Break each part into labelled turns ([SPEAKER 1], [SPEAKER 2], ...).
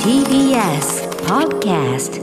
[SPEAKER 1] TBS Podcast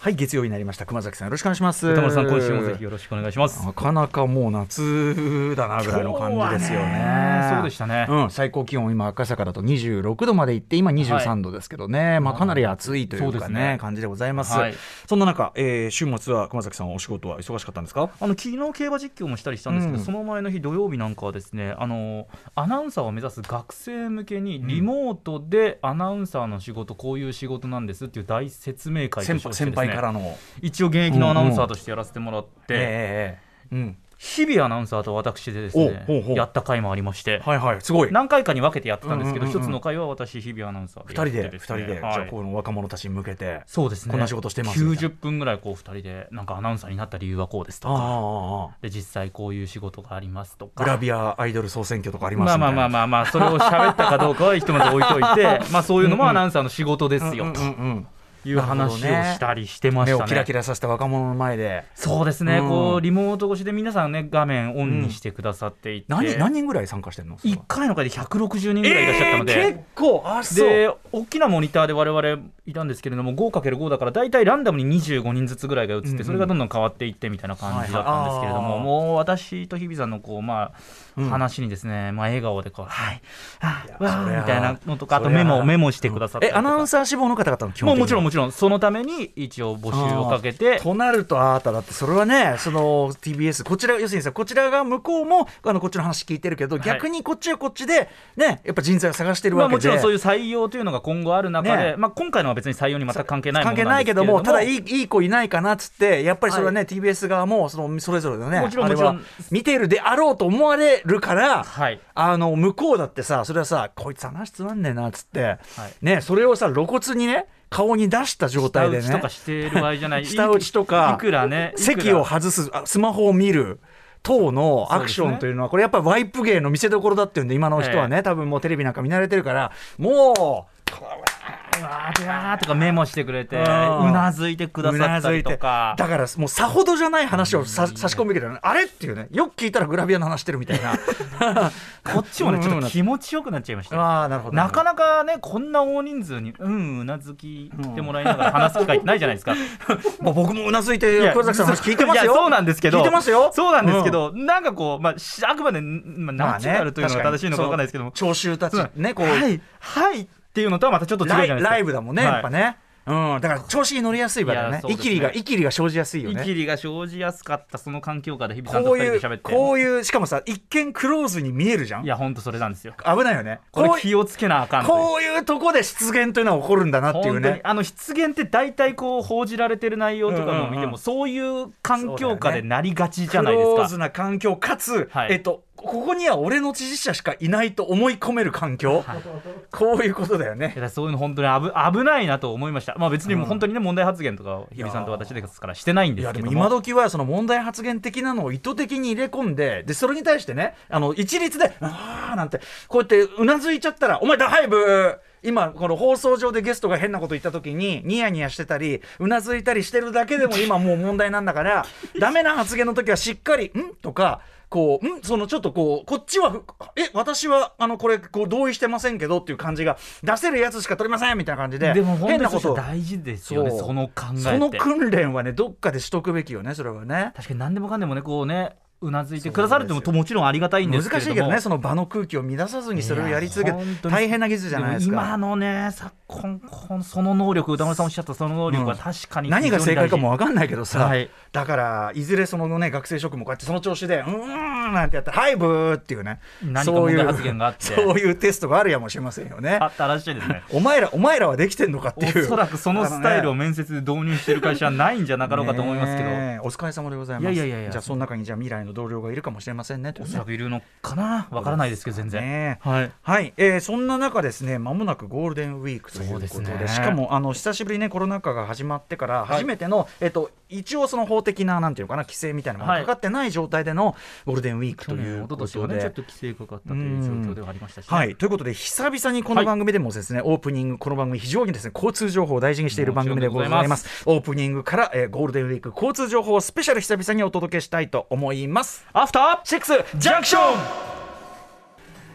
[SPEAKER 2] はい、月曜日になりました。熊崎さん、よろしくお願いします。
[SPEAKER 3] 歌丸さん、今週もぜひよろしくお願いします。
[SPEAKER 2] なかなかもう夏だなぐらいの感じですよね。
[SPEAKER 3] 今日はねそうでしたね
[SPEAKER 2] うん、最高気温、今、赤坂だと26度まで行って、今23度ですけどね、まあ、かなり暑いという
[SPEAKER 3] そう
[SPEAKER 2] か
[SPEAKER 3] です
[SPEAKER 2] ね、
[SPEAKER 3] ね
[SPEAKER 2] 感じでございます。
[SPEAKER 3] はい
[SPEAKER 2] そんな中、えー週末は熊崎さん、お仕事は忙しかったんですか
[SPEAKER 3] あの昨日競馬実況もしたりしたんですけど、
[SPEAKER 2] うん
[SPEAKER 3] その前の日土曜日なんかはですねあのアナウンサーを目指す学生向けにリモートでアナウンサーの仕事、こういう仕事なんですっていう大説明会と称
[SPEAKER 2] 先
[SPEAKER 3] してです、ね、
[SPEAKER 2] 先輩からの。
[SPEAKER 3] 一応現役のアナウンサーとしてやらせてもらって、
[SPEAKER 2] ええうん。
[SPEAKER 3] 日々アナウンサーと私でですね
[SPEAKER 2] おほうほう
[SPEAKER 3] やった回もありまして、
[SPEAKER 2] はいはい、すごい。
[SPEAKER 3] 何回かに分けてやってたんですけど
[SPEAKER 2] うんうんう
[SPEAKER 3] 一、
[SPEAKER 2] んうん
[SPEAKER 3] つの回は私日々アナウンサー
[SPEAKER 2] 二
[SPEAKER 3] で
[SPEAKER 2] 人
[SPEAKER 3] や
[SPEAKER 2] で、二
[SPEAKER 3] ってです
[SPEAKER 2] 人
[SPEAKER 3] ね
[SPEAKER 2] で、
[SPEAKER 3] はい
[SPEAKER 2] じゃあこの若者たちに向けて。
[SPEAKER 3] そうですね
[SPEAKER 2] こんな仕事してますみたい
[SPEAKER 3] 90分ぐらいこう2人でなんかアナウンサーになった理由はこうですと
[SPEAKER 2] あああ
[SPEAKER 3] か
[SPEAKER 2] あ、ああ
[SPEAKER 3] で実際こういう仕事がありますとか
[SPEAKER 2] グラビアアイドル総選挙とかあります
[SPEAKER 3] まあまあまあまあまあそれを喋ったかどうかはひとまず置いとい てまあそういうのもアナウンサーの仕事ですよ
[SPEAKER 2] うんうんうんうん
[SPEAKER 3] という話をしたりしてまし
[SPEAKER 2] 目
[SPEAKER 3] た
[SPEAKER 2] を
[SPEAKER 3] ね
[SPEAKER 2] キラキラさせた若者の前で
[SPEAKER 3] そうですね、
[SPEAKER 2] うん
[SPEAKER 3] こうリモート越しで皆さんね画面オンにしてくださっていて、
[SPEAKER 2] 何何人ぐらい参加してんの
[SPEAKER 3] 1回の回で160人ぐらいいらっしゃったので、
[SPEAKER 2] えー結構あそう
[SPEAKER 3] で大きなモニターで我々いたんですけれども 5×5 だから大体ランダムに25人ずつぐらいが映って、
[SPEAKER 2] うんうん
[SPEAKER 3] それがどんどん変わっていってみたいな感じだったんですけれど
[SPEAKER 2] はい
[SPEAKER 3] も、
[SPEAKER 2] はいあー
[SPEAKER 3] もう私と日比さんのこう、まあ
[SPEAKER 2] うん
[SPEAKER 3] 話にですね、まあ、笑顔でこう「はい」あ
[SPEAKER 2] いや
[SPEAKER 3] わ
[SPEAKER 2] そり
[SPEAKER 3] ー
[SPEAKER 2] ゃ
[SPEAKER 3] みたいなのとかあと
[SPEAKER 2] そりゃ
[SPEAKER 3] メモメモしてくださった
[SPEAKER 2] え
[SPEAKER 3] りとか
[SPEAKER 2] アナウンサー志望の方々の基
[SPEAKER 3] も
[SPEAKER 2] 本的に
[SPEAKER 3] うもちろんもちろんそのために一応募集をかけて
[SPEAKER 2] となるとあなただってそれはねその TBS こちら要するにさこちらが向こうもあのこっちの話聞いてるけど、
[SPEAKER 3] い
[SPEAKER 2] 逆にこっちはこっちでねやっぱ人材を探してる
[SPEAKER 3] ま
[SPEAKER 2] わ
[SPEAKER 3] あ、
[SPEAKER 2] けで、
[SPEAKER 3] もちろんそういう採用というのが今後ある中で、
[SPEAKER 2] ね
[SPEAKER 3] まあ、今回のは別に採用に全く関係ないも
[SPEAKER 2] 関
[SPEAKER 3] の
[SPEAKER 2] 係
[SPEAKER 3] な
[SPEAKER 2] なんい
[SPEAKER 3] です
[SPEAKER 2] け
[SPEAKER 3] けれ
[SPEAKER 2] ど
[SPEAKER 3] ど
[SPEAKER 2] も
[SPEAKER 3] も
[SPEAKER 2] ただいいいい子いないかなっつってやっぱりそれはね、TBS 側もそのそれぞれのね
[SPEAKER 3] もちろん
[SPEAKER 2] あれは
[SPEAKER 3] もちろん
[SPEAKER 2] 見ているであろうと思われるから、
[SPEAKER 3] はい
[SPEAKER 2] あの向こうだってさそれはさこいつ話つまんねえなっつって、
[SPEAKER 3] はい
[SPEAKER 2] ねそれをさ露骨にね顔に出した状態で
[SPEAKER 3] 下打ちと
[SPEAKER 2] ね
[SPEAKER 3] かしてる場合じ ゃない
[SPEAKER 2] 舌打ちとか
[SPEAKER 3] いくらねいくら
[SPEAKER 2] 席を外すあスマホを見る等のアクションというのはこれやっぱりワイプ芸の見せ所だっていうんで今の人はね、多分もうテレビなんか見慣れてるからもう
[SPEAKER 3] うわーうわーとかメモしてくれて
[SPEAKER 2] う
[SPEAKER 3] うんなずいてくだ
[SPEAKER 2] う
[SPEAKER 3] さ
[SPEAKER 2] な
[SPEAKER 3] った
[SPEAKER 2] ず
[SPEAKER 3] り
[SPEAKER 2] い
[SPEAKER 3] と
[SPEAKER 2] てだ
[SPEAKER 3] か
[SPEAKER 2] からもうさほどじゃない話をさ差し込むべきだよねあれっていうねよく聞いたらグラビアの話してるみたい な
[SPEAKER 3] こっちもねちょっ
[SPEAKER 2] うん
[SPEAKER 3] と気持ちよくなっちゃいましたよ
[SPEAKER 2] ああなるほど
[SPEAKER 3] なかなかねこんな大人数にうんうなずきてもらいながら話す機会ってないじゃないですか
[SPEAKER 2] もう僕もうなずいて黒崎さんの話聞いてます
[SPEAKER 3] いや
[SPEAKER 2] よ
[SPEAKER 3] そうなんですけど
[SPEAKER 2] 聞いてますよ
[SPEAKER 3] そうなんですけどなんかこうまあしあくまでまあナチュラルというのが正しいのかわかんないですけども
[SPEAKER 2] 聴衆たちねこう、
[SPEAKER 3] はいはいっていうのとはまたちょっと違うじゃ
[SPEAKER 2] ライ
[SPEAKER 3] ないですか
[SPEAKER 2] ライブだもんね、
[SPEAKER 3] はい
[SPEAKER 2] やっぱね。うん、だから調子に乗りやすい場合だ
[SPEAKER 3] い
[SPEAKER 2] ね
[SPEAKER 3] やそう
[SPEAKER 2] イ
[SPEAKER 3] ですね
[SPEAKER 2] キリがイキリが生じやすいよ
[SPEAKER 3] イ
[SPEAKER 2] ね
[SPEAKER 3] キリが生じやすかったその環境下で日比さん
[SPEAKER 2] ことう
[SPEAKER 3] 二人
[SPEAKER 2] い
[SPEAKER 3] で
[SPEAKER 2] う
[SPEAKER 3] 喋って
[SPEAKER 2] こういうしかもさ一見クローズに見えるじゃん
[SPEAKER 3] いやほんとそれなんですよ
[SPEAKER 2] 危ないよね
[SPEAKER 3] こ
[SPEAKER 2] こ
[SPEAKER 3] れ
[SPEAKER 2] うい
[SPEAKER 3] 気をつけなあかんという
[SPEAKER 2] こういうとこで出現というのは起こるんだなっていう
[SPEAKER 3] 本当に
[SPEAKER 2] ね
[SPEAKER 3] あの失言って大体こう報じられてる内容とかも
[SPEAKER 2] うん
[SPEAKER 3] 見ても、
[SPEAKER 2] うんうん
[SPEAKER 3] そういう環境
[SPEAKER 2] そう
[SPEAKER 3] 下
[SPEAKER 2] だよ
[SPEAKER 3] で
[SPEAKER 2] ね
[SPEAKER 3] なりがちじ
[SPEAKER 2] ク
[SPEAKER 3] ゃないです
[SPEAKER 2] ロー
[SPEAKER 3] か。
[SPEAKER 2] ズな環境かつ、
[SPEAKER 3] はい
[SPEAKER 2] えっとここには俺の支持者しかいないと思い込める環境、こういうことだよね
[SPEAKER 3] いやそういうの本当に危危ないなと思いました、まあ、別にもう本当にね問題発言とかを日比さんと私ですからしてないん
[SPEAKER 2] い
[SPEAKER 3] です
[SPEAKER 2] や
[SPEAKER 3] け
[SPEAKER 2] で
[SPEAKER 3] ど
[SPEAKER 2] も
[SPEAKER 3] も
[SPEAKER 2] 今時はその問題発言的なのを意図的に入れ込んででそれに対してねあの一律で「ああ」なんてこうやってうなずいちゃったら「お前だはいブー今この放送上でゲストが変なこと言った時にニヤニヤしてたりうなずいたりしてるだけでも今もう問題なんだから ダメな発言の時はしっかり「ん?」とか。こう、んそのちょっとこう、こっちはふ、え、私は、あの、これ、こう、同意してませんけどっていう感じが、出せるやつしか取りませんみたいな感じで、
[SPEAKER 3] でも本
[SPEAKER 2] 変
[SPEAKER 3] 当
[SPEAKER 2] な
[SPEAKER 3] にそ
[SPEAKER 2] こ
[SPEAKER 3] うした
[SPEAKER 2] と
[SPEAKER 3] ら大事ですよね
[SPEAKER 2] そう
[SPEAKER 3] その考えって
[SPEAKER 2] その訓練はねどっかでしとくべきよねそれはね
[SPEAKER 3] 確かに何でもかんでもねこうねうなずいてくださるってももちろんありがたいんで
[SPEAKER 2] 難
[SPEAKER 3] すけれ
[SPEAKER 2] し
[SPEAKER 3] ど
[SPEAKER 2] い
[SPEAKER 3] も
[SPEAKER 2] けどねその場の空気を乱さずにそれをやり続け
[SPEAKER 3] いや本
[SPEAKER 2] る
[SPEAKER 3] 当に
[SPEAKER 2] 大変な技術じゃないです
[SPEAKER 3] も今
[SPEAKER 2] か
[SPEAKER 3] のね昨今このその能力歌丸さんおっしゃったその能力は確かに非常
[SPEAKER 2] 何
[SPEAKER 3] に
[SPEAKER 2] が正解かも
[SPEAKER 3] 大
[SPEAKER 2] 分かんないけどさ、
[SPEAKER 3] はい
[SPEAKER 2] だからいずれそのね学生諸君もこうやってその調子で「うーん」なんてやって「はいブー」っていうね
[SPEAKER 3] 何か
[SPEAKER 2] そうい
[SPEAKER 3] 問
[SPEAKER 2] う
[SPEAKER 3] 題発言があって
[SPEAKER 2] そういうテストがあるやもしれませんよね
[SPEAKER 3] 事あったらしいですね
[SPEAKER 2] お前らお前らはできてんのかって
[SPEAKER 3] お
[SPEAKER 2] いう
[SPEAKER 3] そらくそのスタイルを
[SPEAKER 2] ね
[SPEAKER 3] 面接で導入してる会社はないんじゃなかろうかと思いますけど、
[SPEAKER 2] ねえお疲れ様でございます
[SPEAKER 3] いやいやいやいや
[SPEAKER 2] じゃあその中にじゃあ未来の同僚がいるかもしれませんねとい
[SPEAKER 3] お
[SPEAKER 2] うね
[SPEAKER 3] そらくいるのかな、わからないですけど、全然。
[SPEAKER 2] ねえ
[SPEAKER 3] はい、
[SPEAKER 2] はい、えーそんな中ですね、まもなくゴールデンウィークということで、
[SPEAKER 3] そうですね
[SPEAKER 2] しかもあの久しぶりね、コロナ禍が始まってから、初めての、えっと、一応、その法的な、なんていうかな、規制みたいなのが
[SPEAKER 3] はい
[SPEAKER 2] かかってない状態でのゴールデンウィークと
[SPEAKER 3] 去
[SPEAKER 2] いう
[SPEAKER 3] 年、お
[SPEAKER 2] ことと
[SPEAKER 3] と
[SPEAKER 2] で。
[SPEAKER 3] しはね、ちょっと規制かかったという状況ではありましたしね、
[SPEAKER 2] はい、ということで久々にこの番組でもですね、オープニングこの番組非常にですね交通情報を大事にしている番組でございます
[SPEAKER 3] もち
[SPEAKER 2] オープニングから、えーゴールデンウィーク交通情報スペシャル久々にお届けしたいと思います
[SPEAKER 3] アフターシックスジャンクション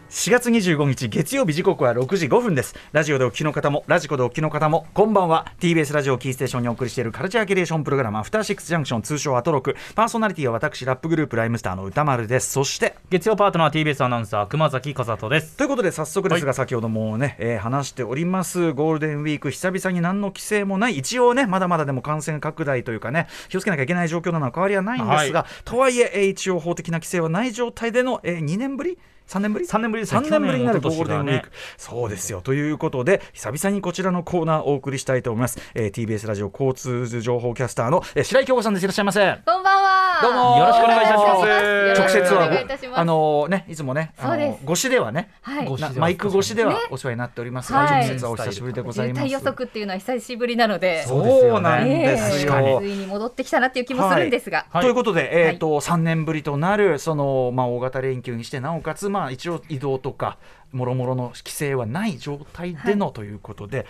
[SPEAKER 2] 4月25日月曜日時刻は6時5分ですラジオでお聞きの方もラジコでお聞きの方もこんばんは TBS ラジオをキーステーションにお送りしているカルチャーキュレーションプログラムアフターシックスジャンクション通称アトロクパーソナリティは私ラップグループライムスターの歌丸ですそして
[SPEAKER 3] 月曜パートナー TBS アナウンサー熊崎和人です
[SPEAKER 2] ということで早速ですが、先ほどもね、えー話しておりますゴールデンウィーク久々に何の規制もない一応ねまだまだでも感染拡大というかね気をつけなきゃいけない状況なのは変わりはないんですが、とはいええー一応法的な規制はない状態での、えー2年ぶり3年ぶり
[SPEAKER 3] 3年ぶりですね
[SPEAKER 2] 3年ぶりになるゴールデンウィーク、
[SPEAKER 3] 去年一昨年だね
[SPEAKER 2] そうですよということで久々にこちらのコーナーをお送りしたいと思います、えー TBS ラジオ交通情報キャスターの、えー白井京子さんですいらっしゃいませ
[SPEAKER 1] こんばんは。
[SPEAKER 2] どうも
[SPEAKER 3] よろしくお願いいたします
[SPEAKER 1] よろ
[SPEAKER 2] 直
[SPEAKER 1] し
[SPEAKER 2] 接
[SPEAKER 1] くお
[SPEAKER 2] は
[SPEAKER 1] 願いいたします。
[SPEAKER 2] あのねいつもねあ
[SPEAKER 1] そうで
[SPEAKER 2] の
[SPEAKER 1] す
[SPEAKER 2] ごしではね
[SPEAKER 1] はい。
[SPEAKER 3] ご
[SPEAKER 2] なマイク越しではお世話になっておりますが、
[SPEAKER 1] ねはい
[SPEAKER 2] 直接はお久しぶりでござい
[SPEAKER 1] 渋
[SPEAKER 2] ます。
[SPEAKER 1] 滞予測っていうのは久しぶりなので、
[SPEAKER 2] そうですよね
[SPEAKER 3] そうなん
[SPEAKER 2] ですよ
[SPEAKER 1] ええついに戻ってきたなっていう気もするんですが、
[SPEAKER 3] はい
[SPEAKER 2] ということで、えーと3年ぶりとなるその、まあ、大型連休にしてなおかつ、まあ、一応移動とかもろもろの規制はない状態でのということで、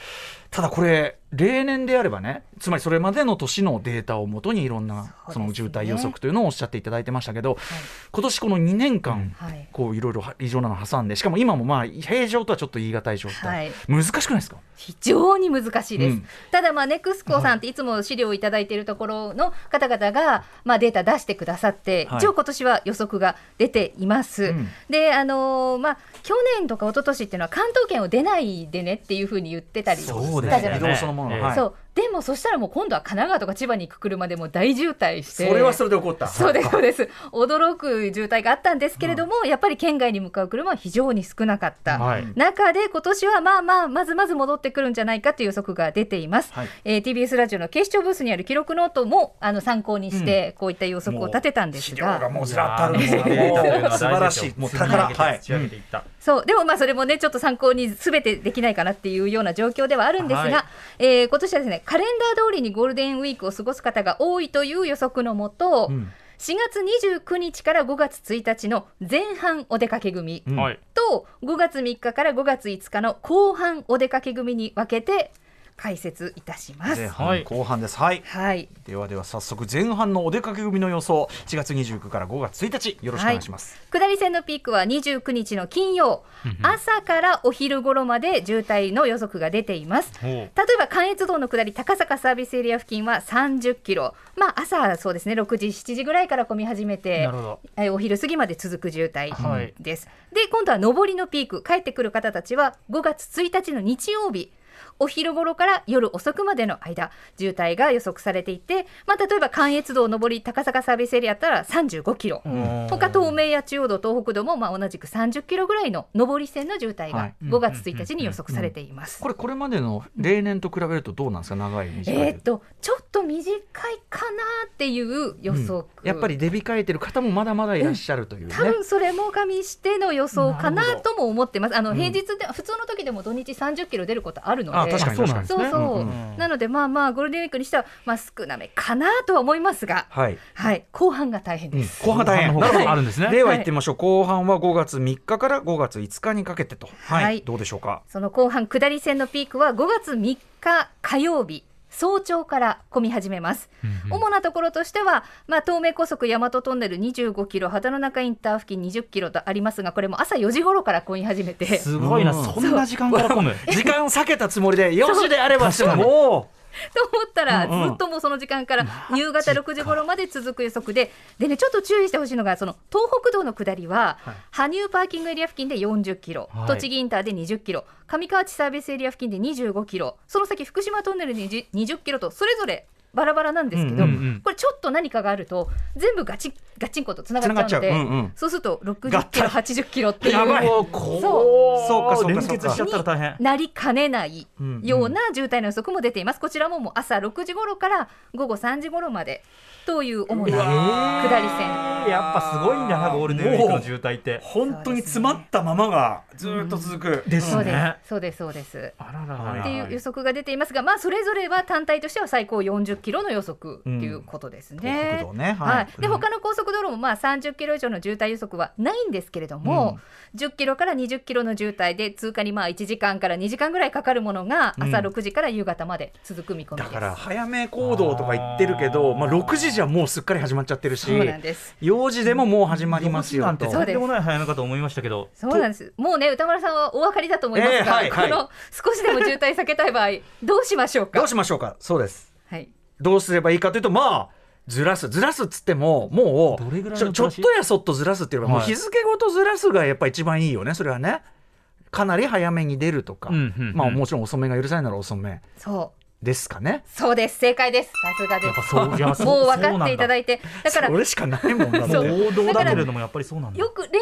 [SPEAKER 2] ただこれ例年であればねつまりそれまでの年のデータをもとにいろんな
[SPEAKER 1] そうですね
[SPEAKER 2] その渋滞予測というのをおっしゃっていただいてましたけど、今年この2年間、
[SPEAKER 1] はい
[SPEAKER 2] こういろいろ異常なの挟んでしかも今もまあ平常とはちょっと言い難い状態、
[SPEAKER 1] はい
[SPEAKER 2] 難しくないですか
[SPEAKER 1] 非常に難しいです。
[SPEAKER 2] うん
[SPEAKER 1] ただまあネクスコさんっていつも資料をいただいているところの方々がまあデータ出してくださって、
[SPEAKER 2] はい
[SPEAKER 1] 一応今年は予測が出ています。
[SPEAKER 2] うん
[SPEAKER 1] で、あのーまあ去年とか一昨年っていうのは関東圏を出ないでねっていうふうに言ってたりしたじゃ
[SPEAKER 3] そうで
[SPEAKER 1] ない
[SPEAKER 3] す
[SPEAKER 1] ですか
[SPEAKER 3] ね
[SPEAKER 2] 移動そのものの
[SPEAKER 3] ええ
[SPEAKER 2] はい
[SPEAKER 1] そうでもそしたらもう今度は神奈川とか千葉に行く車でもう大渋滞して
[SPEAKER 2] それはそれで怒った。
[SPEAKER 1] そうですそうです驚く渋滞があったんですけれども、やっぱり県外に向かう車は非常に少なかった、
[SPEAKER 3] はい
[SPEAKER 1] 中で今年はまあまあまずまず戻ってくるんじゃないかという予測が出ています、
[SPEAKER 2] はい
[SPEAKER 1] えー TBS ラジオの警視庁ブースにある記録ノートもあの参考にしてこういった予測を立てたんです
[SPEAKER 2] もう資料が
[SPEAKER 1] が
[SPEAKER 2] もうずらっとあるのもう
[SPEAKER 3] いやー
[SPEAKER 2] もう素晴らしいもう宝はい
[SPEAKER 3] 積み上げていった
[SPEAKER 1] そうでもまあそれもねちょっと参考に全てできないかなっていうような状況ではあるんですが、
[SPEAKER 3] はい
[SPEAKER 1] えー今年はですねカレンダー通りにゴールデンウィークを過ごす方が多いという予測のもと、
[SPEAKER 2] うん
[SPEAKER 1] 4月29日から5月1日の前半お出かけ組
[SPEAKER 2] うん
[SPEAKER 3] はい
[SPEAKER 1] と5月3日から5月5日の後半お出かけ組に分けて解説いたしま
[SPEAKER 2] 前
[SPEAKER 1] す。
[SPEAKER 2] 半、
[SPEAKER 3] はい
[SPEAKER 2] 後半ですはい
[SPEAKER 1] はい、
[SPEAKER 2] ではでは早速前半のお出かけ組の予想4月29から5月1日よろしくお願いします、
[SPEAKER 1] 下り線のピークは29日の金曜朝からお昼頃まで渋滞の予測が出ています。
[SPEAKER 3] ほう
[SPEAKER 1] 例えば関越道の下り高坂サービスエリア付近は30キロ、まあ、朝そうですね6時7時ぐらいから混み始めて
[SPEAKER 3] なるほど
[SPEAKER 1] えーお昼過ぎまで続く渋滞
[SPEAKER 3] はい
[SPEAKER 1] です、で今度は上りのピーク帰ってくる方たちは5月1日の日曜日お昼頃から夜遅くまでの間渋滞が予測されていて、まあ、例えば関越道上り高坂サービスエリアだったら35キロ、他東名や中央道東北道もまあ同じく30キロぐらいの上り線の渋
[SPEAKER 2] は
[SPEAKER 1] 滞が
[SPEAKER 2] い
[SPEAKER 1] 5月1日に予測されています。
[SPEAKER 2] これこれまでの例年と比べるとどうなんですか長い短い、
[SPEAKER 1] えーっとちょっと短いかなっていう予測、
[SPEAKER 2] やっぱり出控えてる方もまだまだいらっしゃるというね、
[SPEAKER 1] 多分それも加味しての予想か
[SPEAKER 2] なる
[SPEAKER 1] な
[SPEAKER 2] ほ
[SPEAKER 1] とも思ってます。あの
[SPEAKER 2] ん
[SPEAKER 1] 平日で、普通の時でも土日30キロ出ることあるので。
[SPEAKER 2] あ確かに
[SPEAKER 3] そう
[SPEAKER 2] 確か
[SPEAKER 3] なん
[SPEAKER 2] に
[SPEAKER 3] で
[SPEAKER 1] そうそう、
[SPEAKER 2] うん
[SPEAKER 3] うん
[SPEAKER 1] なのでまあまあゴールデンウィークにしてはまあ少なめかなとは思いますが、
[SPEAKER 2] はい、
[SPEAKER 1] はい後半が大変です。
[SPEAKER 2] 後半が大変
[SPEAKER 3] 後半の
[SPEAKER 2] なるほ
[SPEAKER 3] 方が
[SPEAKER 2] ど
[SPEAKER 3] あるんですね
[SPEAKER 2] では行ってみましょう後半は5月3日から5月5日にかけてとはい、
[SPEAKER 1] はい
[SPEAKER 2] どうでしょうか
[SPEAKER 1] その後半下り線のピークは5月3日火曜日早朝から混み始めます。
[SPEAKER 3] うんうん
[SPEAKER 1] 主なところとしては、まあ、東名高速大和トンネル25キロ秦野中インター付近20キロとありますがこれも朝4時頃から混み始めて
[SPEAKER 3] すごいな
[SPEAKER 2] うん
[SPEAKER 3] そんな時間から混む
[SPEAKER 2] 時間避けたつもりで4時であればしてももう
[SPEAKER 1] と思ったら、
[SPEAKER 2] うんうん
[SPEAKER 1] ずっともうその時間から夕方6時頃まで続く予測で、でね、ちょっと注意してほしいのが、その東北道の下りは、
[SPEAKER 2] はい
[SPEAKER 1] 羽生パーキングエリア付近で40キロ、
[SPEAKER 3] はい
[SPEAKER 1] 栃木インターで20キロ、上川内サービスエリア付近で25キロ、その先、福島トンネルに20キロと、それぞれバラバラなんですけど、
[SPEAKER 3] うんうんうん
[SPEAKER 1] これ、ちょっと何かがあると、全部ガチガチンコとつな
[SPEAKER 2] つな
[SPEAKER 1] が
[SPEAKER 2] が
[SPEAKER 1] っ
[SPEAKER 2] っ
[SPEAKER 1] ち
[SPEAKER 2] ち
[SPEAKER 1] ゃ
[SPEAKER 2] ゃ
[SPEAKER 1] う
[SPEAKER 2] う、
[SPEAKER 1] んで、
[SPEAKER 2] うんうん
[SPEAKER 1] そうすると60キロ、
[SPEAKER 2] 合
[SPEAKER 1] 80キロってい
[SPEAKER 2] やば
[SPEAKER 1] う
[SPEAKER 2] い。そうかそう
[SPEAKER 3] こ
[SPEAKER 2] かそうか
[SPEAKER 3] 連結しちゃったら大変
[SPEAKER 1] なりかねない
[SPEAKER 2] うん
[SPEAKER 1] ような渋滞の予測も出ています。こちらももう朝6時頃から午後3時頃までという主な下り線。
[SPEAKER 3] やっぱすごいんだなゴールデンウィークの渋滞って
[SPEAKER 2] 本当に詰まったままがずーっと続く、
[SPEAKER 3] で
[SPEAKER 1] そうです、そうです、そうです。
[SPEAKER 3] あらら
[SPEAKER 2] はい
[SPEAKER 1] っていう予測が出ていますが、まあそれぞれは単体としては最高40キロの予測っていうことですね。
[SPEAKER 2] 東北道ねは
[SPEAKER 1] はいい、で他の高速道路もまあ30キロ以上の渋滞予測はないんですけれども、10キロから20キロの渋滞で通過にまあ1時間から2時間ぐらいかかるものが
[SPEAKER 2] うん
[SPEAKER 1] 朝6時から夕方まで続く見込みで
[SPEAKER 2] だ
[SPEAKER 1] す。
[SPEAKER 2] から早め行動とか言ってるけど
[SPEAKER 3] あー
[SPEAKER 2] まあ、6時じゃもうすっかり始まっちゃってるし
[SPEAKER 1] そうなんです。
[SPEAKER 2] 4時でももう始まりますよ
[SPEAKER 3] なんて
[SPEAKER 2] と。
[SPEAKER 3] とんでもない早めかと思いましたけど
[SPEAKER 1] そうなんです。もうね歌丸さんはお分かりだと思いますが、
[SPEAKER 2] ええはいはい
[SPEAKER 1] この少しでも渋滞避けたい場合どうしましょう
[SPEAKER 2] ど
[SPEAKER 1] か
[SPEAKER 2] う。しましょうかそうです
[SPEAKER 1] はい。
[SPEAKER 2] どうすればいいかというとまあずらすずらすっつってももう
[SPEAKER 3] どれぐらい
[SPEAKER 2] ち
[SPEAKER 3] の
[SPEAKER 2] ょちょっとやそっとずらすっていうのは、
[SPEAKER 3] はい
[SPEAKER 2] もう日付ごとずらすがやっぱ一番いいよねそれはねかなり早めに出るとか、
[SPEAKER 3] うんうんうん
[SPEAKER 2] まあ、もちろん遅めが許されないなら遅め
[SPEAKER 1] そう。
[SPEAKER 2] ですかね
[SPEAKER 1] そうです。正解です。さすがで
[SPEAKER 3] やっぱ
[SPEAKER 1] す。
[SPEAKER 3] そう いやそ
[SPEAKER 1] もう分
[SPEAKER 3] そ
[SPEAKER 1] かっ
[SPEAKER 3] な
[SPEAKER 1] て
[SPEAKER 3] ん
[SPEAKER 1] いただいて、だから
[SPEAKER 2] それしかないもんだ
[SPEAKER 1] そ
[SPEAKER 2] っ
[SPEAKER 1] う
[SPEAKER 2] て
[SPEAKER 3] 王道
[SPEAKER 1] だか
[SPEAKER 3] だ
[SPEAKER 1] ら
[SPEAKER 3] けれどもやっぱりそうなんだ
[SPEAKER 1] よく例年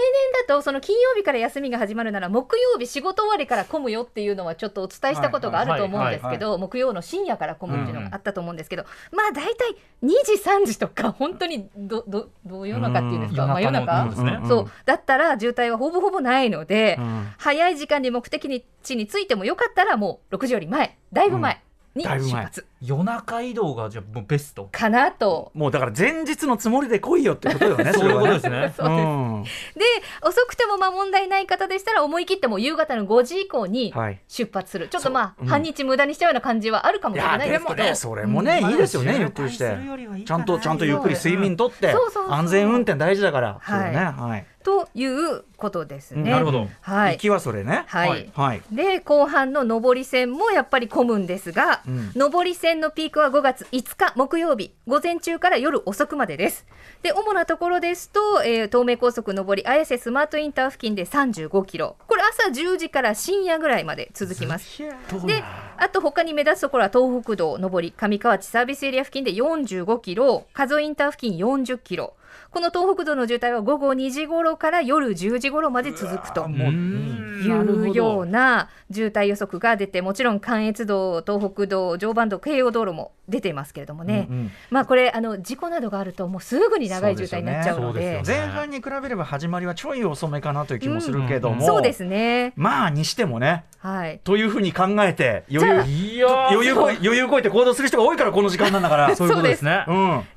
[SPEAKER 1] だとその金曜日から休みが始まるなら木曜日仕事終わりから混むよっていうのはちょっとお伝えしたことがあると思うんです
[SPEAKER 3] は
[SPEAKER 1] け
[SPEAKER 3] いはい
[SPEAKER 1] ど木曜の深夜から混むっていうのがあったと思うんですけど、まあ大体2時3時とか本当にどどどう夜中っていうんですか
[SPEAKER 3] うん
[SPEAKER 1] 真夜中
[SPEAKER 3] 夜中のうん
[SPEAKER 2] うんうん
[SPEAKER 1] そうだったら渋滞はほぼほぼないので、
[SPEAKER 2] うん
[SPEAKER 1] 早い時間に目的地に着いてもよかったらもう6時より前だいぶ前に
[SPEAKER 2] だいぶ
[SPEAKER 1] 出
[SPEAKER 2] 前
[SPEAKER 1] 発
[SPEAKER 3] 夜中移動がじゃあもうベスト
[SPEAKER 1] かなと。
[SPEAKER 2] もうだから前日のつもりで来いよってことよ ね
[SPEAKER 3] そういうこと
[SPEAKER 2] れは
[SPEAKER 3] で
[SPEAKER 2] ね
[SPEAKER 3] すね
[SPEAKER 1] そうですで遅くてもまあ問題ない方でしたら思い切ってもう夕方の5時以降に
[SPEAKER 2] うんはい
[SPEAKER 1] 出発するちょっとまあ、
[SPEAKER 2] そううん
[SPEAKER 1] 半日無駄にしたような感じはあるかも
[SPEAKER 2] い
[SPEAKER 1] しれな
[SPEAKER 2] や
[SPEAKER 1] いで
[SPEAKER 2] です
[SPEAKER 1] け
[SPEAKER 2] も
[SPEAKER 1] ど
[SPEAKER 2] ねそれもね、
[SPEAKER 3] うん
[SPEAKER 2] いいですよ
[SPEAKER 3] ま
[SPEAKER 2] ね
[SPEAKER 3] あ
[SPEAKER 2] ゆっくりし
[SPEAKER 3] 渋
[SPEAKER 2] て
[SPEAKER 3] 滞するよりはいい
[SPEAKER 2] ちゃ
[SPEAKER 3] かなん
[SPEAKER 2] とちゃんとゆっくり睡眠とって
[SPEAKER 1] そうそうそう
[SPEAKER 2] 安全運転大事だから
[SPEAKER 1] はい
[SPEAKER 2] そうだねはい
[SPEAKER 1] ということですね。
[SPEAKER 3] なるほど
[SPEAKER 1] は
[SPEAKER 2] 行
[SPEAKER 1] い、
[SPEAKER 2] きはそれね
[SPEAKER 1] はい
[SPEAKER 3] はい
[SPEAKER 2] はい
[SPEAKER 1] で後半の上り線もやっぱり混むんですが、
[SPEAKER 2] うん
[SPEAKER 1] 上り線のピークは5月5日木曜日午前中から夜遅くまでです。で主なところですと、えー東名高速上り綾瀬スマートインター付近で35キロこれ朝10時から深夜ぐらいまで続きます。であと他に目立つところは東北道上り上川内サービスエリア付近で45キロ加須インター付近40キロこの東北道の渋滞は午後2時頃から夜10時頃まで続くと
[SPEAKER 2] うわ
[SPEAKER 3] もう
[SPEAKER 1] い
[SPEAKER 3] なるほど
[SPEAKER 1] うような渋滞予測が出てもちろん関越道東北道常磐道京葉道路も出ていますけれどもね、
[SPEAKER 2] うんうん
[SPEAKER 1] まあこれあの事故などがあるともうすぐに長い渋滞になっちゃうの
[SPEAKER 3] そうです
[SPEAKER 1] で
[SPEAKER 3] よね
[SPEAKER 2] 前半に比べれば始まりはちょい遅めかなという気もするけど
[SPEAKER 3] うん
[SPEAKER 2] も
[SPEAKER 1] そうですね
[SPEAKER 2] まあにしてもね
[SPEAKER 1] はい
[SPEAKER 2] というふうに考えて余
[SPEAKER 1] じゃあ
[SPEAKER 2] 裕
[SPEAKER 3] いやー
[SPEAKER 2] 余裕こい余裕こいて行動する人が多いからこの時間なんだ から
[SPEAKER 3] そういうことですね
[SPEAKER 2] う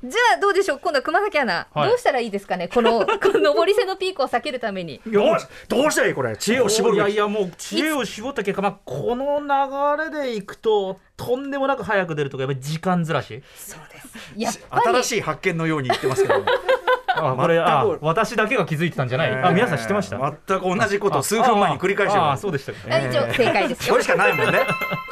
[SPEAKER 2] ん
[SPEAKER 1] じゃあどうでしょう今度は熊崎アナ、
[SPEAKER 3] はい
[SPEAKER 1] どうしたらいいですかねこの この上り線のピークを避けるために
[SPEAKER 2] よしどうしたらいいこれ知恵を絞る
[SPEAKER 3] いや
[SPEAKER 2] べ
[SPEAKER 3] い
[SPEAKER 2] き
[SPEAKER 3] やもう知恵を絞った結果、まあ、この流れでいくととんでもなく早く出るとかやっぱり時間ずらし
[SPEAKER 1] そうです。やっぱり
[SPEAKER 2] 新しい発見のように言ってますけども
[SPEAKER 3] あ
[SPEAKER 2] これあ
[SPEAKER 3] 私だけが気づいてたんじゃない、あ皆さん知ってました、
[SPEAKER 2] 全く同じことを数分前に繰り返して
[SPEAKER 3] ああ
[SPEAKER 2] ま
[SPEAKER 3] あ
[SPEAKER 2] す
[SPEAKER 3] そうでしたか
[SPEAKER 1] あ一応正解です
[SPEAKER 2] これしかないもんね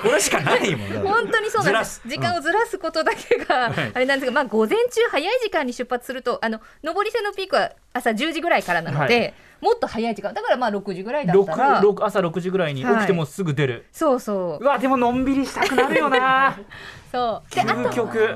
[SPEAKER 2] これしかないもん ね
[SPEAKER 1] 本当にそうなんです。
[SPEAKER 2] ずらす
[SPEAKER 1] 時間をずらすことだけ
[SPEAKER 3] は
[SPEAKER 1] が
[SPEAKER 3] い
[SPEAKER 1] あれなんですが、まあ午前中早い時間に出発すると、あの上り線のピークは朝10時ぐらいからなので、
[SPEAKER 3] は
[SPEAKER 1] もっと早い時間、だからまあ6時ぐらいだったら
[SPEAKER 3] 六、六朝6時ぐらいに起きてもすぐ出る、
[SPEAKER 1] そうそう
[SPEAKER 3] うわでものんびりしたくなるよな
[SPEAKER 1] そう。であ
[SPEAKER 3] 究
[SPEAKER 1] と
[SPEAKER 3] 極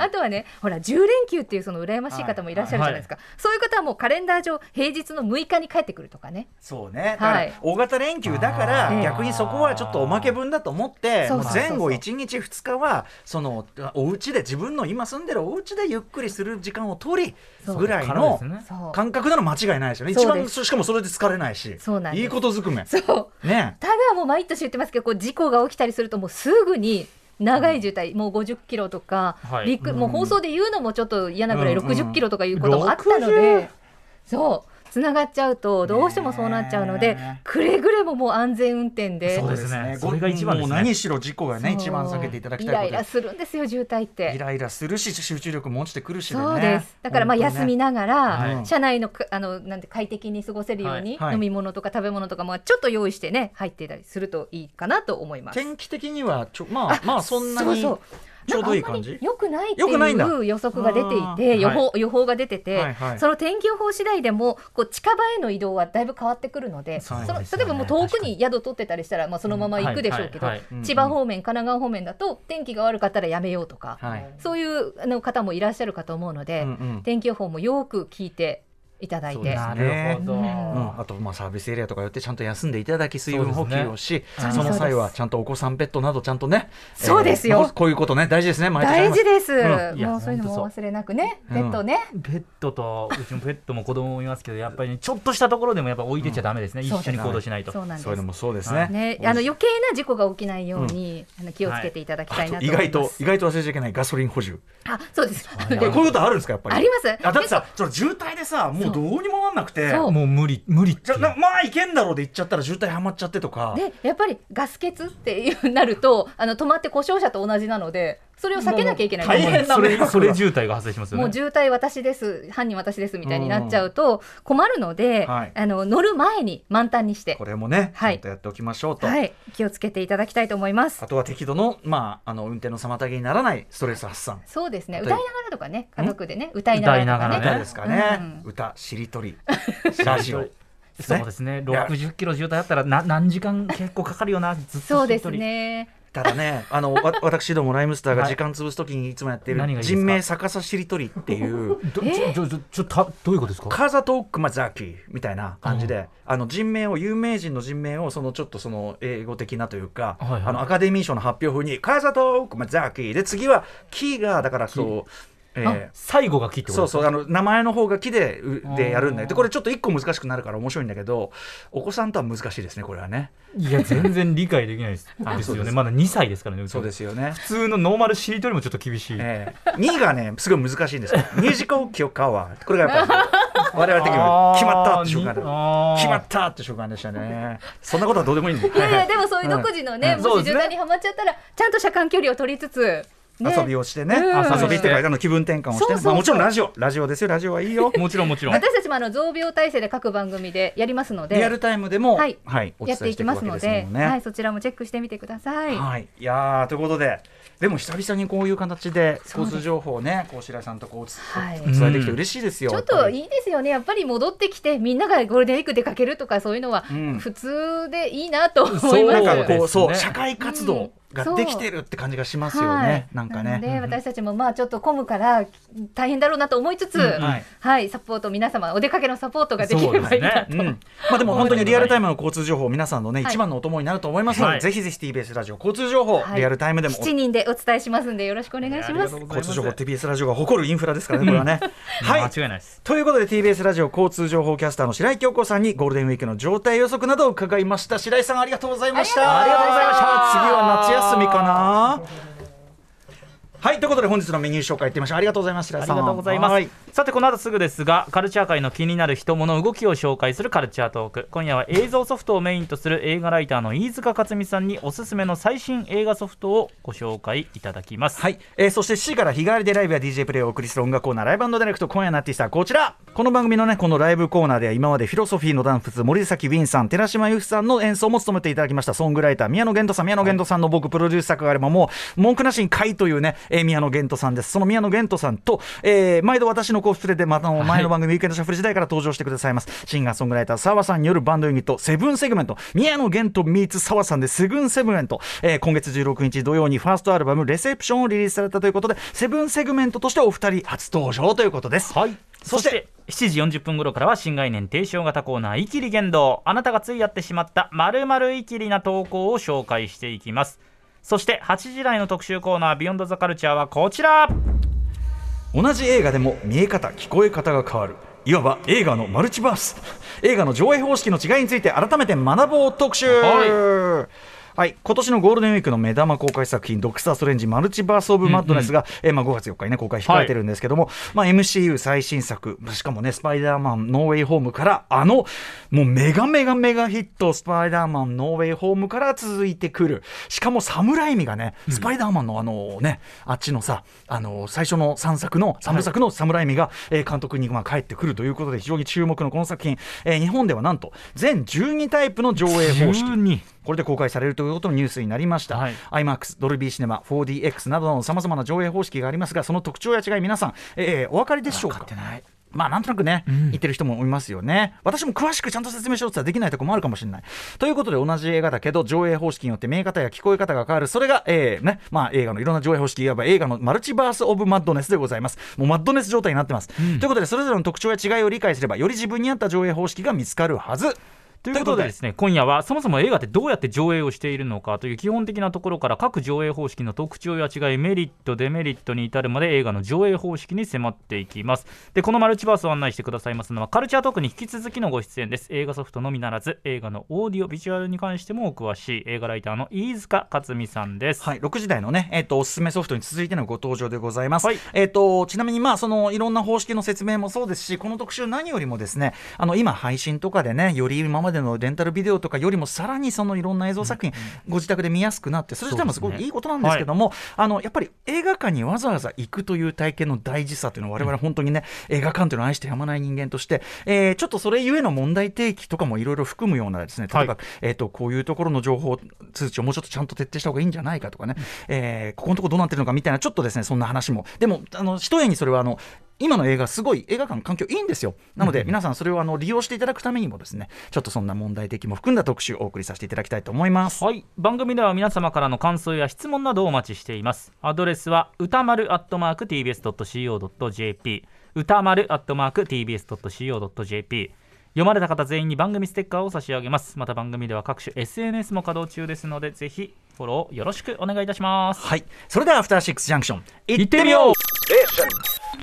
[SPEAKER 1] あとはね、ほら10連休っていうその羨ましい方もいらっしゃるじゃないですか。そういう方はもうカレンダー上平日の6日に帰ってくるとかね。
[SPEAKER 2] そうね、だか
[SPEAKER 1] は
[SPEAKER 2] ら
[SPEAKER 1] い
[SPEAKER 2] 大型連休だか
[SPEAKER 3] あ
[SPEAKER 2] ら
[SPEAKER 1] ー
[SPEAKER 2] 逆にそこはちょっとおまけ分だと思って
[SPEAKER 1] そう
[SPEAKER 2] もう
[SPEAKER 1] そうそう
[SPEAKER 2] 前後1日2日はそのお家で自分の今住んでるお家でゆっくりする時間を取り
[SPEAKER 1] そう
[SPEAKER 2] ぐらい
[SPEAKER 3] からで
[SPEAKER 2] の
[SPEAKER 3] すね
[SPEAKER 1] そう。
[SPEAKER 2] 感覚なの間違いないですよね
[SPEAKER 1] そう
[SPEAKER 2] 一
[SPEAKER 1] で
[SPEAKER 2] 番
[SPEAKER 1] す
[SPEAKER 2] しかもそれで疲れないし
[SPEAKER 1] そうなんです
[SPEAKER 2] いいことずくめ
[SPEAKER 1] そう。
[SPEAKER 2] ね
[SPEAKER 1] ただもう毎年言ってますけどこう事故が起きたりするともうすぐに長い渋滞、もう50キロとか、
[SPEAKER 3] はい
[SPEAKER 1] びっくりもう放送で言うのもちょっと嫌なぐらい
[SPEAKER 2] うんうん
[SPEAKER 1] 60キロとかいうこともあったので、
[SPEAKER 3] 60
[SPEAKER 1] そうつながっちゃうとどうしてもそうなっちゃうので、
[SPEAKER 2] ね
[SPEAKER 1] くれぐれももう安全運転で
[SPEAKER 3] そうですね
[SPEAKER 2] ご
[SPEAKER 3] それが一番ですね
[SPEAKER 2] もう何しろ事故がね
[SPEAKER 1] そう
[SPEAKER 2] 一番避けていただき
[SPEAKER 1] イ
[SPEAKER 2] たい
[SPEAKER 1] ラ
[SPEAKER 2] ことで
[SPEAKER 1] イラ
[SPEAKER 2] す
[SPEAKER 1] するんですよ渋滞って
[SPEAKER 2] イライラするし集中力も落ちてくるしでね
[SPEAKER 1] そうですだからまあ
[SPEAKER 2] 本当
[SPEAKER 1] 休
[SPEAKER 2] ね
[SPEAKER 1] みながら、
[SPEAKER 2] はい
[SPEAKER 1] 車内のかあのなんて快適に過ごせるように、
[SPEAKER 2] はいはい
[SPEAKER 1] 飲み物とか食べ物とかもちょっと用意してね入っていたりするといいかなと思います。
[SPEAKER 2] 天気的にはちょまあまあそんなに
[SPEAKER 1] そうそう
[SPEAKER 2] ちょうどいい感じ
[SPEAKER 1] よくないって
[SPEAKER 2] 良くないんだ
[SPEAKER 1] いう予測が出てい
[SPEAKER 2] あ
[SPEAKER 1] て
[SPEAKER 2] ー
[SPEAKER 1] 予報予報が出てて、
[SPEAKER 2] はいはい
[SPEAKER 1] その天気予報次第でもこう近場への移動はだいぶ変わってくるので
[SPEAKER 3] そう
[SPEAKER 1] その
[SPEAKER 3] ですよ
[SPEAKER 1] 例
[SPEAKER 3] ね
[SPEAKER 1] えばもう遠くに宿取ってたりしたら、まあ、そのまま行くでしょうけど、
[SPEAKER 3] はいはい
[SPEAKER 2] はい
[SPEAKER 1] 千葉方面神奈川方面だと天気が悪かったらやめようとか、
[SPEAKER 2] はい
[SPEAKER 1] そういうあの方もいらっしゃるかと思うので、
[SPEAKER 2] うんうん
[SPEAKER 1] 天気予報もよく聞いていただい
[SPEAKER 2] そうで
[SPEAKER 1] て。
[SPEAKER 2] すね
[SPEAKER 3] なるほど、
[SPEAKER 1] うん
[SPEAKER 2] うん、あとまあサービスエリアとか寄ってちゃんと休んでいただき水分補給をし
[SPEAKER 3] そう
[SPEAKER 2] そ,、
[SPEAKER 3] ですね
[SPEAKER 2] の際はちゃんとお子さんベッドなどちゃんとね
[SPEAKER 1] そうですよ
[SPEAKER 2] まあこういうことね大事ですね毎年あり
[SPEAKER 1] 大
[SPEAKER 2] ます
[SPEAKER 1] 事です、
[SPEAKER 3] うんいや
[SPEAKER 1] もうそういうのもお忘れなくね、
[SPEAKER 2] うん
[SPEAKER 1] ベッドね、
[SPEAKER 3] ペットとうちのペットも子供もいますけどやっぱり、ね、ちょっとしたところでもやっぱ置いてちゃダメですね、
[SPEAKER 1] ん
[SPEAKER 3] 一緒に行動しないと
[SPEAKER 1] そうなんです
[SPEAKER 2] そういうのもそうですね
[SPEAKER 3] はい
[SPEAKER 1] ね、あの余計な事故が起きないように、あの気をつけていただきた
[SPEAKER 2] あ
[SPEAKER 1] いな
[SPEAKER 2] と
[SPEAKER 1] と
[SPEAKER 2] 意
[SPEAKER 1] 思
[SPEAKER 2] 外
[SPEAKER 1] いま
[SPEAKER 2] と
[SPEAKER 1] す。
[SPEAKER 2] 意外と忘れちゃいけないガソリン補充
[SPEAKER 1] あ、そうです。あ
[SPEAKER 2] これこういうことあるんですかやっぱり
[SPEAKER 1] ります。
[SPEAKER 2] あだって
[SPEAKER 1] 結構
[SPEAKER 2] さその渋滞でさもうもうどうにもなんなくて
[SPEAKER 1] そう
[SPEAKER 3] もう無理無理っ
[SPEAKER 2] じ
[SPEAKER 3] てい
[SPEAKER 2] ゃ
[SPEAKER 3] う
[SPEAKER 2] なまあいけんだろうで行っちゃったら渋滞はまっちゃってとか
[SPEAKER 1] でやっぱりガス欠っていうなるとあの止まって故障車と同じなのでそれを避けなきゃいけない、
[SPEAKER 2] まあまあ大変な
[SPEAKER 3] そ
[SPEAKER 2] 迷
[SPEAKER 3] れ
[SPEAKER 2] 惑が
[SPEAKER 3] それ渋滞が発生しますよね
[SPEAKER 1] もう渋滞私です犯人私ですみたいになっちゃうと困るので、
[SPEAKER 2] はい
[SPEAKER 1] あの乗る前に満タンにして
[SPEAKER 2] こ、れもね、
[SPEAKER 1] は
[SPEAKER 2] ちゃん
[SPEAKER 1] い
[SPEAKER 2] とやっておきましょうと、
[SPEAKER 1] はい、気をつけていただきたいと思います
[SPEAKER 2] あ。とは適度の,、まあ、あの運転の妨げにならないストレス発散。
[SPEAKER 1] そうですね
[SPEAKER 2] 例え
[SPEAKER 1] 歌い
[SPEAKER 2] ば
[SPEAKER 1] ながらとかね家族でね歌いなが
[SPEAKER 3] 歌
[SPEAKER 1] らとか
[SPEAKER 3] いながら
[SPEAKER 2] 歌
[SPEAKER 1] ね
[SPEAKER 3] ね
[SPEAKER 2] ですかね、
[SPEAKER 1] うん
[SPEAKER 2] 歌しりとり ラジオ
[SPEAKER 3] そうですね
[SPEAKER 2] いや
[SPEAKER 3] 60キロ渋滞だったらな何時間結構かかるよなずっと
[SPEAKER 1] そう
[SPEAKER 3] し
[SPEAKER 1] で
[SPEAKER 3] っ
[SPEAKER 1] す
[SPEAKER 3] とり
[SPEAKER 1] ね
[SPEAKER 2] ただねあのわ 私どもライムスターが
[SPEAKER 3] はい
[SPEAKER 2] 時間潰す時にいつもやってる
[SPEAKER 3] 何がいいですか
[SPEAKER 2] 人命逆さしりとりって いう
[SPEAKER 3] どちょちょちょちょたどういうことですか
[SPEAKER 2] カザトークマザキみたいな感じで、あの人名を有名人の人名をそのちょっとその英語的なというか、
[SPEAKER 3] はいはい
[SPEAKER 2] あのアカデミー賞の発表風にカザトークマザキで次はキがだからそう、え
[SPEAKER 3] あ
[SPEAKER 2] ー
[SPEAKER 3] 最後が木ってこと
[SPEAKER 2] そう
[SPEAKER 3] ですか
[SPEAKER 2] そうあの名前の方が木でう
[SPEAKER 3] あー
[SPEAKER 2] でやるんだよでこれちょっと一個難しくなるから面白いんだけどお子さんとは難しいですねこれはね
[SPEAKER 3] いや全然理解できないです
[SPEAKER 2] あ
[SPEAKER 3] です
[SPEAKER 2] そう
[SPEAKER 3] よ
[SPEAKER 2] で
[SPEAKER 3] ね
[SPEAKER 2] す
[SPEAKER 3] まだ2歳ですからね
[SPEAKER 2] そうですすよね
[SPEAKER 3] 普通のノーマルしりとりもちょっと厳しい、
[SPEAKER 2] ええ2がねすごい難しいんですよ「ミュージカル許可は」これがやっ ぱり我々的には決まったって瞬間で決まったって瞬間でしたねそんなことはどうでもいいんで
[SPEAKER 1] いやいやでもそういう独自のね、
[SPEAKER 3] うん
[SPEAKER 1] も
[SPEAKER 3] そう
[SPEAKER 1] し
[SPEAKER 3] です
[SPEAKER 1] 渋
[SPEAKER 3] ね
[SPEAKER 1] 滞にはまっちゃったらちゃんと車間距離を取りつつ、ね、
[SPEAKER 2] 遊びをしてね、
[SPEAKER 1] うん
[SPEAKER 2] 遊びっていうかあの気分転換をして
[SPEAKER 1] そうそうそう
[SPEAKER 2] まあ、もちろんラジオラジオですよラジオはいいよ
[SPEAKER 3] もちろんもちろん
[SPEAKER 1] 私たちもあの増病体制で各番組でやりますので
[SPEAKER 2] リアルタイムでも、
[SPEAKER 1] は
[SPEAKER 2] はいいお伝
[SPEAKER 1] やって
[SPEAKER 2] え
[SPEAKER 1] い
[SPEAKER 2] してい
[SPEAKER 1] き
[SPEAKER 2] く
[SPEAKER 1] ま
[SPEAKER 2] わ
[SPEAKER 1] す
[SPEAKER 2] け
[SPEAKER 1] の
[SPEAKER 2] です
[SPEAKER 1] で
[SPEAKER 2] もんね。
[SPEAKER 1] はい、そちらもチェックしてみてください。
[SPEAKER 2] はい、いやーということででも久々にこういう形で
[SPEAKER 1] そうで
[SPEAKER 2] 交
[SPEAKER 1] す
[SPEAKER 2] 通情報をねこう白井さんとこうおつ
[SPEAKER 1] はい
[SPEAKER 2] お伝えできて嬉しいですよ。
[SPEAKER 1] ちょっ
[SPEAKER 2] やぱ
[SPEAKER 1] と
[SPEAKER 2] り
[SPEAKER 1] いいですよね、やっぱり戻ってきて、みんながゴールデンウィーク出かけるとか、そういうのは
[SPEAKER 2] うん
[SPEAKER 1] 普通でいいなと思います。
[SPEAKER 3] そう
[SPEAKER 2] なんか
[SPEAKER 3] です
[SPEAKER 2] こ
[SPEAKER 3] ね
[SPEAKER 2] うそう社会活動ができてるって感じがしますよ
[SPEAKER 1] は
[SPEAKER 2] ね
[SPEAKER 1] い。
[SPEAKER 2] なんか
[SPEAKER 1] なの
[SPEAKER 2] ね。
[SPEAKER 1] で私たちもまあちょっと混むから大変だろうなと思いつつ、
[SPEAKER 2] んはい
[SPEAKER 1] はい、サポート皆様お出かけのサポートができればいいな
[SPEAKER 3] そうで
[SPEAKER 1] と、
[SPEAKER 2] うん、まあでも本当にリアルタイムの交通情報皆さんのね
[SPEAKER 1] はい
[SPEAKER 2] 一番のお供になると思いますの
[SPEAKER 3] は
[SPEAKER 2] で
[SPEAKER 3] い
[SPEAKER 2] ぜひぜひ TBS ラジオ交通情報
[SPEAKER 1] はい
[SPEAKER 2] リアルタイムでも
[SPEAKER 1] 7人でお伝えしますんでよろしくお願いします。
[SPEAKER 3] いやありがとうござ
[SPEAKER 2] 交通情報 TBS ラジオが誇るインフラですからねこれはね。はい
[SPEAKER 3] 間違いないです
[SPEAKER 2] ということで TBS ラジオ交通情報キャスターの白井京子さんにゴールデンウィークの状態予測などを伺いました白井さんありがとうございました
[SPEAKER 1] ありがとうございました
[SPEAKER 2] 次は夏休みかなはいということで本日のメニュー紹介いってみましょうありがとうございます白
[SPEAKER 3] あ
[SPEAKER 2] 井
[SPEAKER 3] り
[SPEAKER 2] さん
[SPEAKER 3] がとうございま
[SPEAKER 2] は
[SPEAKER 3] すさてこの後すぐですがカルチャー界の気になる人物動きを紹介するカルチャートーク今夜は映像ソフトをメインとする映画ライターの飯塚克美さんにおすすめの最新映画ソフトをご紹介いただきます、
[SPEAKER 2] はい、えーそして7時から日替わりでライブや DJ プレイをお送りする音楽コーナーライブディレクト今夜のアーティストはこちらこの番組のねこのライブコーナーでは今までフィロソフィーのダンス森崎ウィンさん寺島由布さんの演奏も務めていただきましたソングライター宮野源斗さん宮野源斗さんの僕プロデュース作があればもう文句なしに買いというね、えー宮野源斗さんですその宮野源斗さんと、えー毎度私のコスプレでまたあの前の番組、ウィークエンドシャッフル時代から登場してくださいますシンガーソングライター澤さんによるバンドユニットセブンセグメント宮野源斗 meets 澤さんでセブンセグメント、えー今月16日土曜にファーストアルバム「レセプション」をリリースされたということでセブンセグメントとしてお二人初登場ということです。
[SPEAKER 3] はい
[SPEAKER 2] そ
[SPEAKER 3] そ
[SPEAKER 2] し
[SPEAKER 3] してて7時40分頃からは新概念提唱型コーナー「イキリ言動」あなたがついやってしまった〇〇イキリな投稿を紹介していきますそして8時台の特集コーナー「ビヨンドザカルチャーはこちら
[SPEAKER 2] 同じ映画でも見え方聞こえ方が変わるいわば映画のマルチバース映画の上映方式の違いについて改めて学ぼう特集は
[SPEAKER 3] はい
[SPEAKER 2] 今年のゴールデンウィークの目玉公開作品「ドクター・ストレンジ・マルチバース・オブ・マッドネスが」えーまあ、5月4日に、ね、公開控えてるんですけども、まあ、MCU 最新作しかもね「スパイダーマン・ノーウェイ・ホーム」からあのもうメガメガメガヒット「スパイダーマン・ノーウェイ・ホーム」から続いてくるしかもサムライミがねスパイダーマンのあのねあっちのさあの最初の3作の3部作の侍海が、えー監督にまあ帰ってくるということで非常に注目のこの作品、えー日本ではなんと全12タイプの上映方式
[SPEAKER 3] 12
[SPEAKER 2] これで公開されるということのニュースになりました、
[SPEAKER 3] はい
[SPEAKER 2] IMAX、ドルビーシネマ、4DX などのさまざまな上映方式がありますがその特徴や違い皆さん、えーお分かりでしょうか
[SPEAKER 3] ない
[SPEAKER 2] まあなんとなくね、言ってる人もいますよね。私も詳しくちゃんと説明しろって言ったらできないとこもあるかもしれない。ということで同じ映画だけど上映方式によって見え方や聞こえ方が変わる。それが、えーね、まあ映画のいろんな上映方式、いわば映画のマルチバース・オブ・マッドネスでございます。もうマッドネス状態になってます。ということでそれぞれの特徴や違いを理解すれば、より自分に合った上映方式が見つかるはず。
[SPEAKER 3] とということでですね今夜はそもそも映画ってどうやって上映をしているのかという基本的なところから各上映方式の特徴や違いメリットデメリットに至るまで映画の上映方式に迫っていきますでこのマルチバースを案内してくださいますのはカルチャートークに引き続きのご出演です映画ソフトのみならず映画のオーディオビジュアルに関してもお詳しい映画ライターの飯塚克美さんです、
[SPEAKER 2] はい、6時台のね、えっとおすすめソフトに続いてのご登場でございます、
[SPEAKER 3] はい
[SPEAKER 2] えっとちなみに、まあ、そのいろんな方式の説明もそうですしこの特集何よりもですねあの今配信とかでねより今までのレンタルビデオとかよりもさらにそのいろんな映像作品、ご自宅で見やすくなってそれ自体もすご
[SPEAKER 3] そう
[SPEAKER 2] く
[SPEAKER 3] ですね
[SPEAKER 2] いいことなんですけども、あのやっぱり映画館にわざわざ行くという体験の大事さというのは我々本当にね、映画館というのを愛してやまない人間として、えーちょっとそれゆえの問題提起とかもいろいろ含むようなですね例えば、
[SPEAKER 3] はい
[SPEAKER 2] えっとこういうところの情報通知をもうちょっとちゃんと徹底した方がいいんじゃないかとかね、えーここのとこどうなってるのかみたいなちょっとですねそんな話もでもあの一重にそれはあの今の映画すごい映画館環境いいんですよなので皆さんそれをあの利用していただくためにもですねちょっとそんな問題提起も含んだ特集をお送りさせていただきたいと思います。
[SPEAKER 3] はい番組では皆様からの感想や質問などをお待ちしていますアドレスは歌丸 @tbs.co.jp 歌丸 @tbs.co.jp 読まれた方全員に番組ステッカーを差し上げますまた番組では各種 SNS も稼働中ですのでぜひフォローよろしくお願いいたします
[SPEAKER 2] はい、それではアフターシックスジャンクション行
[SPEAKER 3] 行
[SPEAKER 2] っ
[SPEAKER 3] ってて
[SPEAKER 2] み
[SPEAKER 3] み
[SPEAKER 2] よう
[SPEAKER 3] よう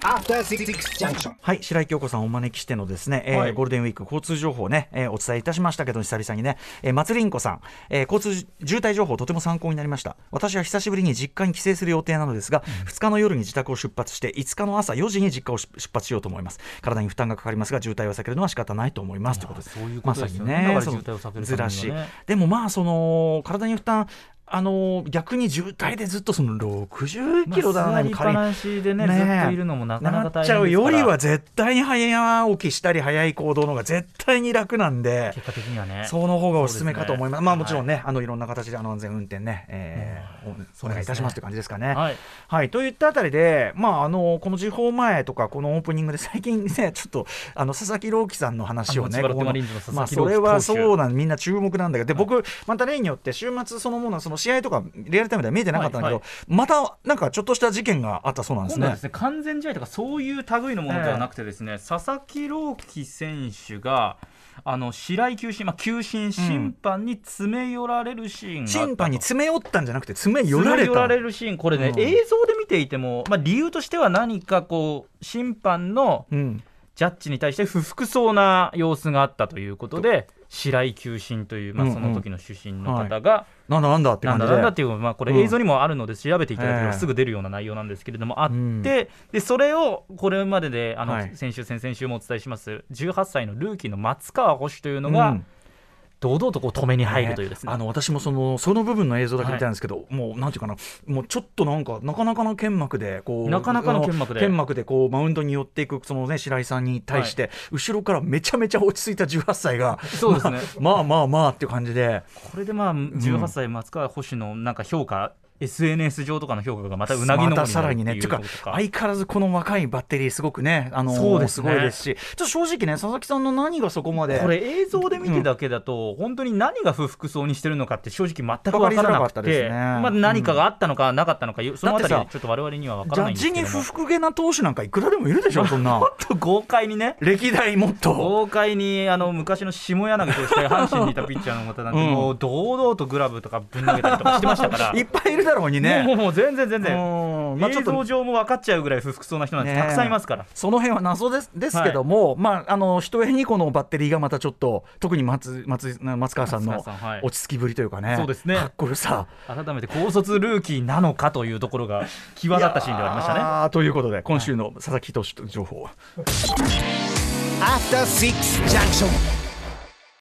[SPEAKER 4] After Six Junction.
[SPEAKER 2] はい、白井京子さんをお招きしてのですね、えー
[SPEAKER 3] はい
[SPEAKER 2] ゴールデンウィーク交通情報をね、えーお伝えいたしましたけど、久々にね、えー、松凛子さん、えー交通渋滞情報とても参考になりました。私は久しぶりに実家に帰省する予定なのですが、2日の夜に自宅を出発して、5日の朝4時に実家を出出発しようと思います。体に負担がかかりますが、渋滞は避けるのは仕方ないと思います。ということです。
[SPEAKER 3] そういうこ
[SPEAKER 2] ま
[SPEAKER 3] と
[SPEAKER 2] さ
[SPEAKER 3] です
[SPEAKER 2] に
[SPEAKER 3] よね
[SPEAKER 2] ね、
[SPEAKER 3] だから
[SPEAKER 2] その
[SPEAKER 3] 渋滞を避ける
[SPEAKER 2] ず
[SPEAKER 3] た
[SPEAKER 2] ら
[SPEAKER 3] めにはね
[SPEAKER 2] し。でもまあ、その、体に負担、あの逆に渋滞でずっとその60キロだな、
[SPEAKER 3] まあ座りっぱなしでね
[SPEAKER 2] ねえ
[SPEAKER 3] ずっといるのもなかな
[SPEAKER 2] な
[SPEAKER 3] か
[SPEAKER 2] っ
[SPEAKER 3] 大変です
[SPEAKER 2] ち
[SPEAKER 3] か
[SPEAKER 2] ゃ
[SPEAKER 3] ら
[SPEAKER 2] うよりは絶対に早起きしたり早い行動の方が絶対に楽なんで。
[SPEAKER 3] 結果的にはね
[SPEAKER 2] その方がおすすめかと思います。
[SPEAKER 3] そうですね
[SPEAKER 2] まあもちろんね、い、あのいろんな形であの安全運転ね、えーおお願いいたしますという感じですかね。はい、
[SPEAKER 3] はい
[SPEAKER 2] といったあたりで、まああのこの時報前とかこのオープニングで最近ね ちょっとあの佐々木朗希さんの話をね、
[SPEAKER 3] あの千葉ロッテ
[SPEAKER 2] この
[SPEAKER 3] マリーンズの佐
[SPEAKER 2] まあ
[SPEAKER 3] 々木朗
[SPEAKER 2] そ
[SPEAKER 3] 希
[SPEAKER 2] れは
[SPEAKER 3] 投手
[SPEAKER 2] そうなんみんな注目なんだけど、で僕また例によって週末そのものはその試合とかリアルタイムでは見えてなかったんだけど、
[SPEAKER 3] はい
[SPEAKER 2] またなんかちょっとした事件があったそうなんです
[SPEAKER 3] 今度は
[SPEAKER 2] ね
[SPEAKER 3] です。ね完全試合とかそういう類のものではなくてですね、佐々木朗希選手があの白井球審、まあ、球審審判に詰め寄られるシーンがあったと
[SPEAKER 2] 審判に詰め寄ったんじゃなくて詰め寄
[SPEAKER 3] 詰
[SPEAKER 2] ら
[SPEAKER 3] め
[SPEAKER 2] れ
[SPEAKER 3] 寄ら
[SPEAKER 2] た
[SPEAKER 3] れるシーンこれね、
[SPEAKER 2] うん
[SPEAKER 3] 映像で見ていても、まあ、理由としては何かこう審判の
[SPEAKER 2] うん、
[SPEAKER 3] ジャッジに対して不服そうな様子があったということで白井球審という、ま
[SPEAKER 2] うんう
[SPEAKER 3] あ、
[SPEAKER 2] ん
[SPEAKER 3] その時の主審の方が、
[SPEAKER 2] なんだなんだって
[SPEAKER 3] な
[SPEAKER 2] 感
[SPEAKER 3] ん
[SPEAKER 2] じ
[SPEAKER 3] だ
[SPEAKER 2] で
[SPEAKER 3] なんだっていう、まあ、こ
[SPEAKER 2] うん
[SPEAKER 3] れ映像にもあるので調べていただけれ
[SPEAKER 2] ええ
[SPEAKER 3] ばすぐ出るような内容なんですけれども、あって、
[SPEAKER 2] うん
[SPEAKER 3] でそれをこれまでであの、
[SPEAKER 2] はい
[SPEAKER 3] 先週先々週もお伝えします18歳のルーキーの松川捕手というのが、
[SPEAKER 2] うん
[SPEAKER 3] 堂々とこう止めに入るというですね。
[SPEAKER 2] あの私もそのその部分の映像だけ見たんですけど、もうなんていうかなもうちょっとなんかなかなかの剣幕でこう
[SPEAKER 3] なかなかの剣幕で
[SPEAKER 2] あの剣幕でこうマウンドに寄っていくそのね白井さんに対して、後ろからめちゃめちゃ落ち着いた18歳が
[SPEAKER 3] そうで すね
[SPEAKER 2] まあまあまあっていう感じで
[SPEAKER 3] これでまあ18歳松川捕手のなんか評価、SNS 上とかの評価がまたうなぎ
[SPEAKER 2] ま
[SPEAKER 3] の方
[SPEAKER 2] た
[SPEAKER 3] に
[SPEAKER 2] さ
[SPEAKER 3] な
[SPEAKER 2] ら
[SPEAKER 3] るって
[SPEAKER 2] にね、
[SPEAKER 3] い
[SPEAKER 2] て
[SPEAKER 3] う
[SPEAKER 2] いうか
[SPEAKER 3] ところとか
[SPEAKER 2] 相変わらずこの若いバッテリーすごくねあの
[SPEAKER 3] そうですす
[SPEAKER 2] ご
[SPEAKER 3] ね
[SPEAKER 2] いですしちょっと正直ね佐々木さんの何がそこまで
[SPEAKER 3] これ映像で見てだけだと、本当に何が不服そうにしてるのかって正直全く分からな
[SPEAKER 2] わかりづらかっ
[SPEAKER 3] く
[SPEAKER 2] た
[SPEAKER 3] て、
[SPEAKER 2] ですね
[SPEAKER 3] まあ、何かがあったのかなかったのか、そのあたり
[SPEAKER 2] だっ
[SPEAKER 3] は
[SPEAKER 2] てさ
[SPEAKER 3] ちょっと我々には分か
[SPEAKER 2] ジャ
[SPEAKER 3] らない
[SPEAKER 2] ッ
[SPEAKER 3] んです
[SPEAKER 2] ジ
[SPEAKER 3] け
[SPEAKER 2] に
[SPEAKER 3] ども
[SPEAKER 2] 不服げな投手なんかいくらでもいるでしょそん な
[SPEAKER 3] ちょっと豪快にね
[SPEAKER 2] 歴代もっと
[SPEAKER 3] 豪快にあの昔の下柳として阪神にいたピッチャーの方なんて、
[SPEAKER 2] うん
[SPEAKER 3] もう堂々とグラブとかぶん投げたりとかしてました から
[SPEAKER 2] いっぱいいるだろうに
[SPEAKER 3] もう
[SPEAKER 2] ね。
[SPEAKER 3] もう全然全
[SPEAKER 2] う
[SPEAKER 3] 然、
[SPEAKER 2] んまあちょ
[SPEAKER 3] 映
[SPEAKER 2] っと
[SPEAKER 3] 像上も分かっちゃうぐらい不服そうな人なんて
[SPEAKER 2] ねえ
[SPEAKER 3] たくさんいますから、
[SPEAKER 2] その辺は謎ですですけども、まあ、あの一重にこのバッテリーがまたちょっと特に松松松川さんの
[SPEAKER 3] 松川さんはい
[SPEAKER 2] 落ち着きぶりというかね,、
[SPEAKER 3] そうですね
[SPEAKER 2] かっこよさ
[SPEAKER 3] 改めて高卒ルーキーなのかというところが際立ったシーンではありましたね。
[SPEAKER 2] ね。ということで今週の佐々木投手の情報、
[SPEAKER 4] After Six Junction.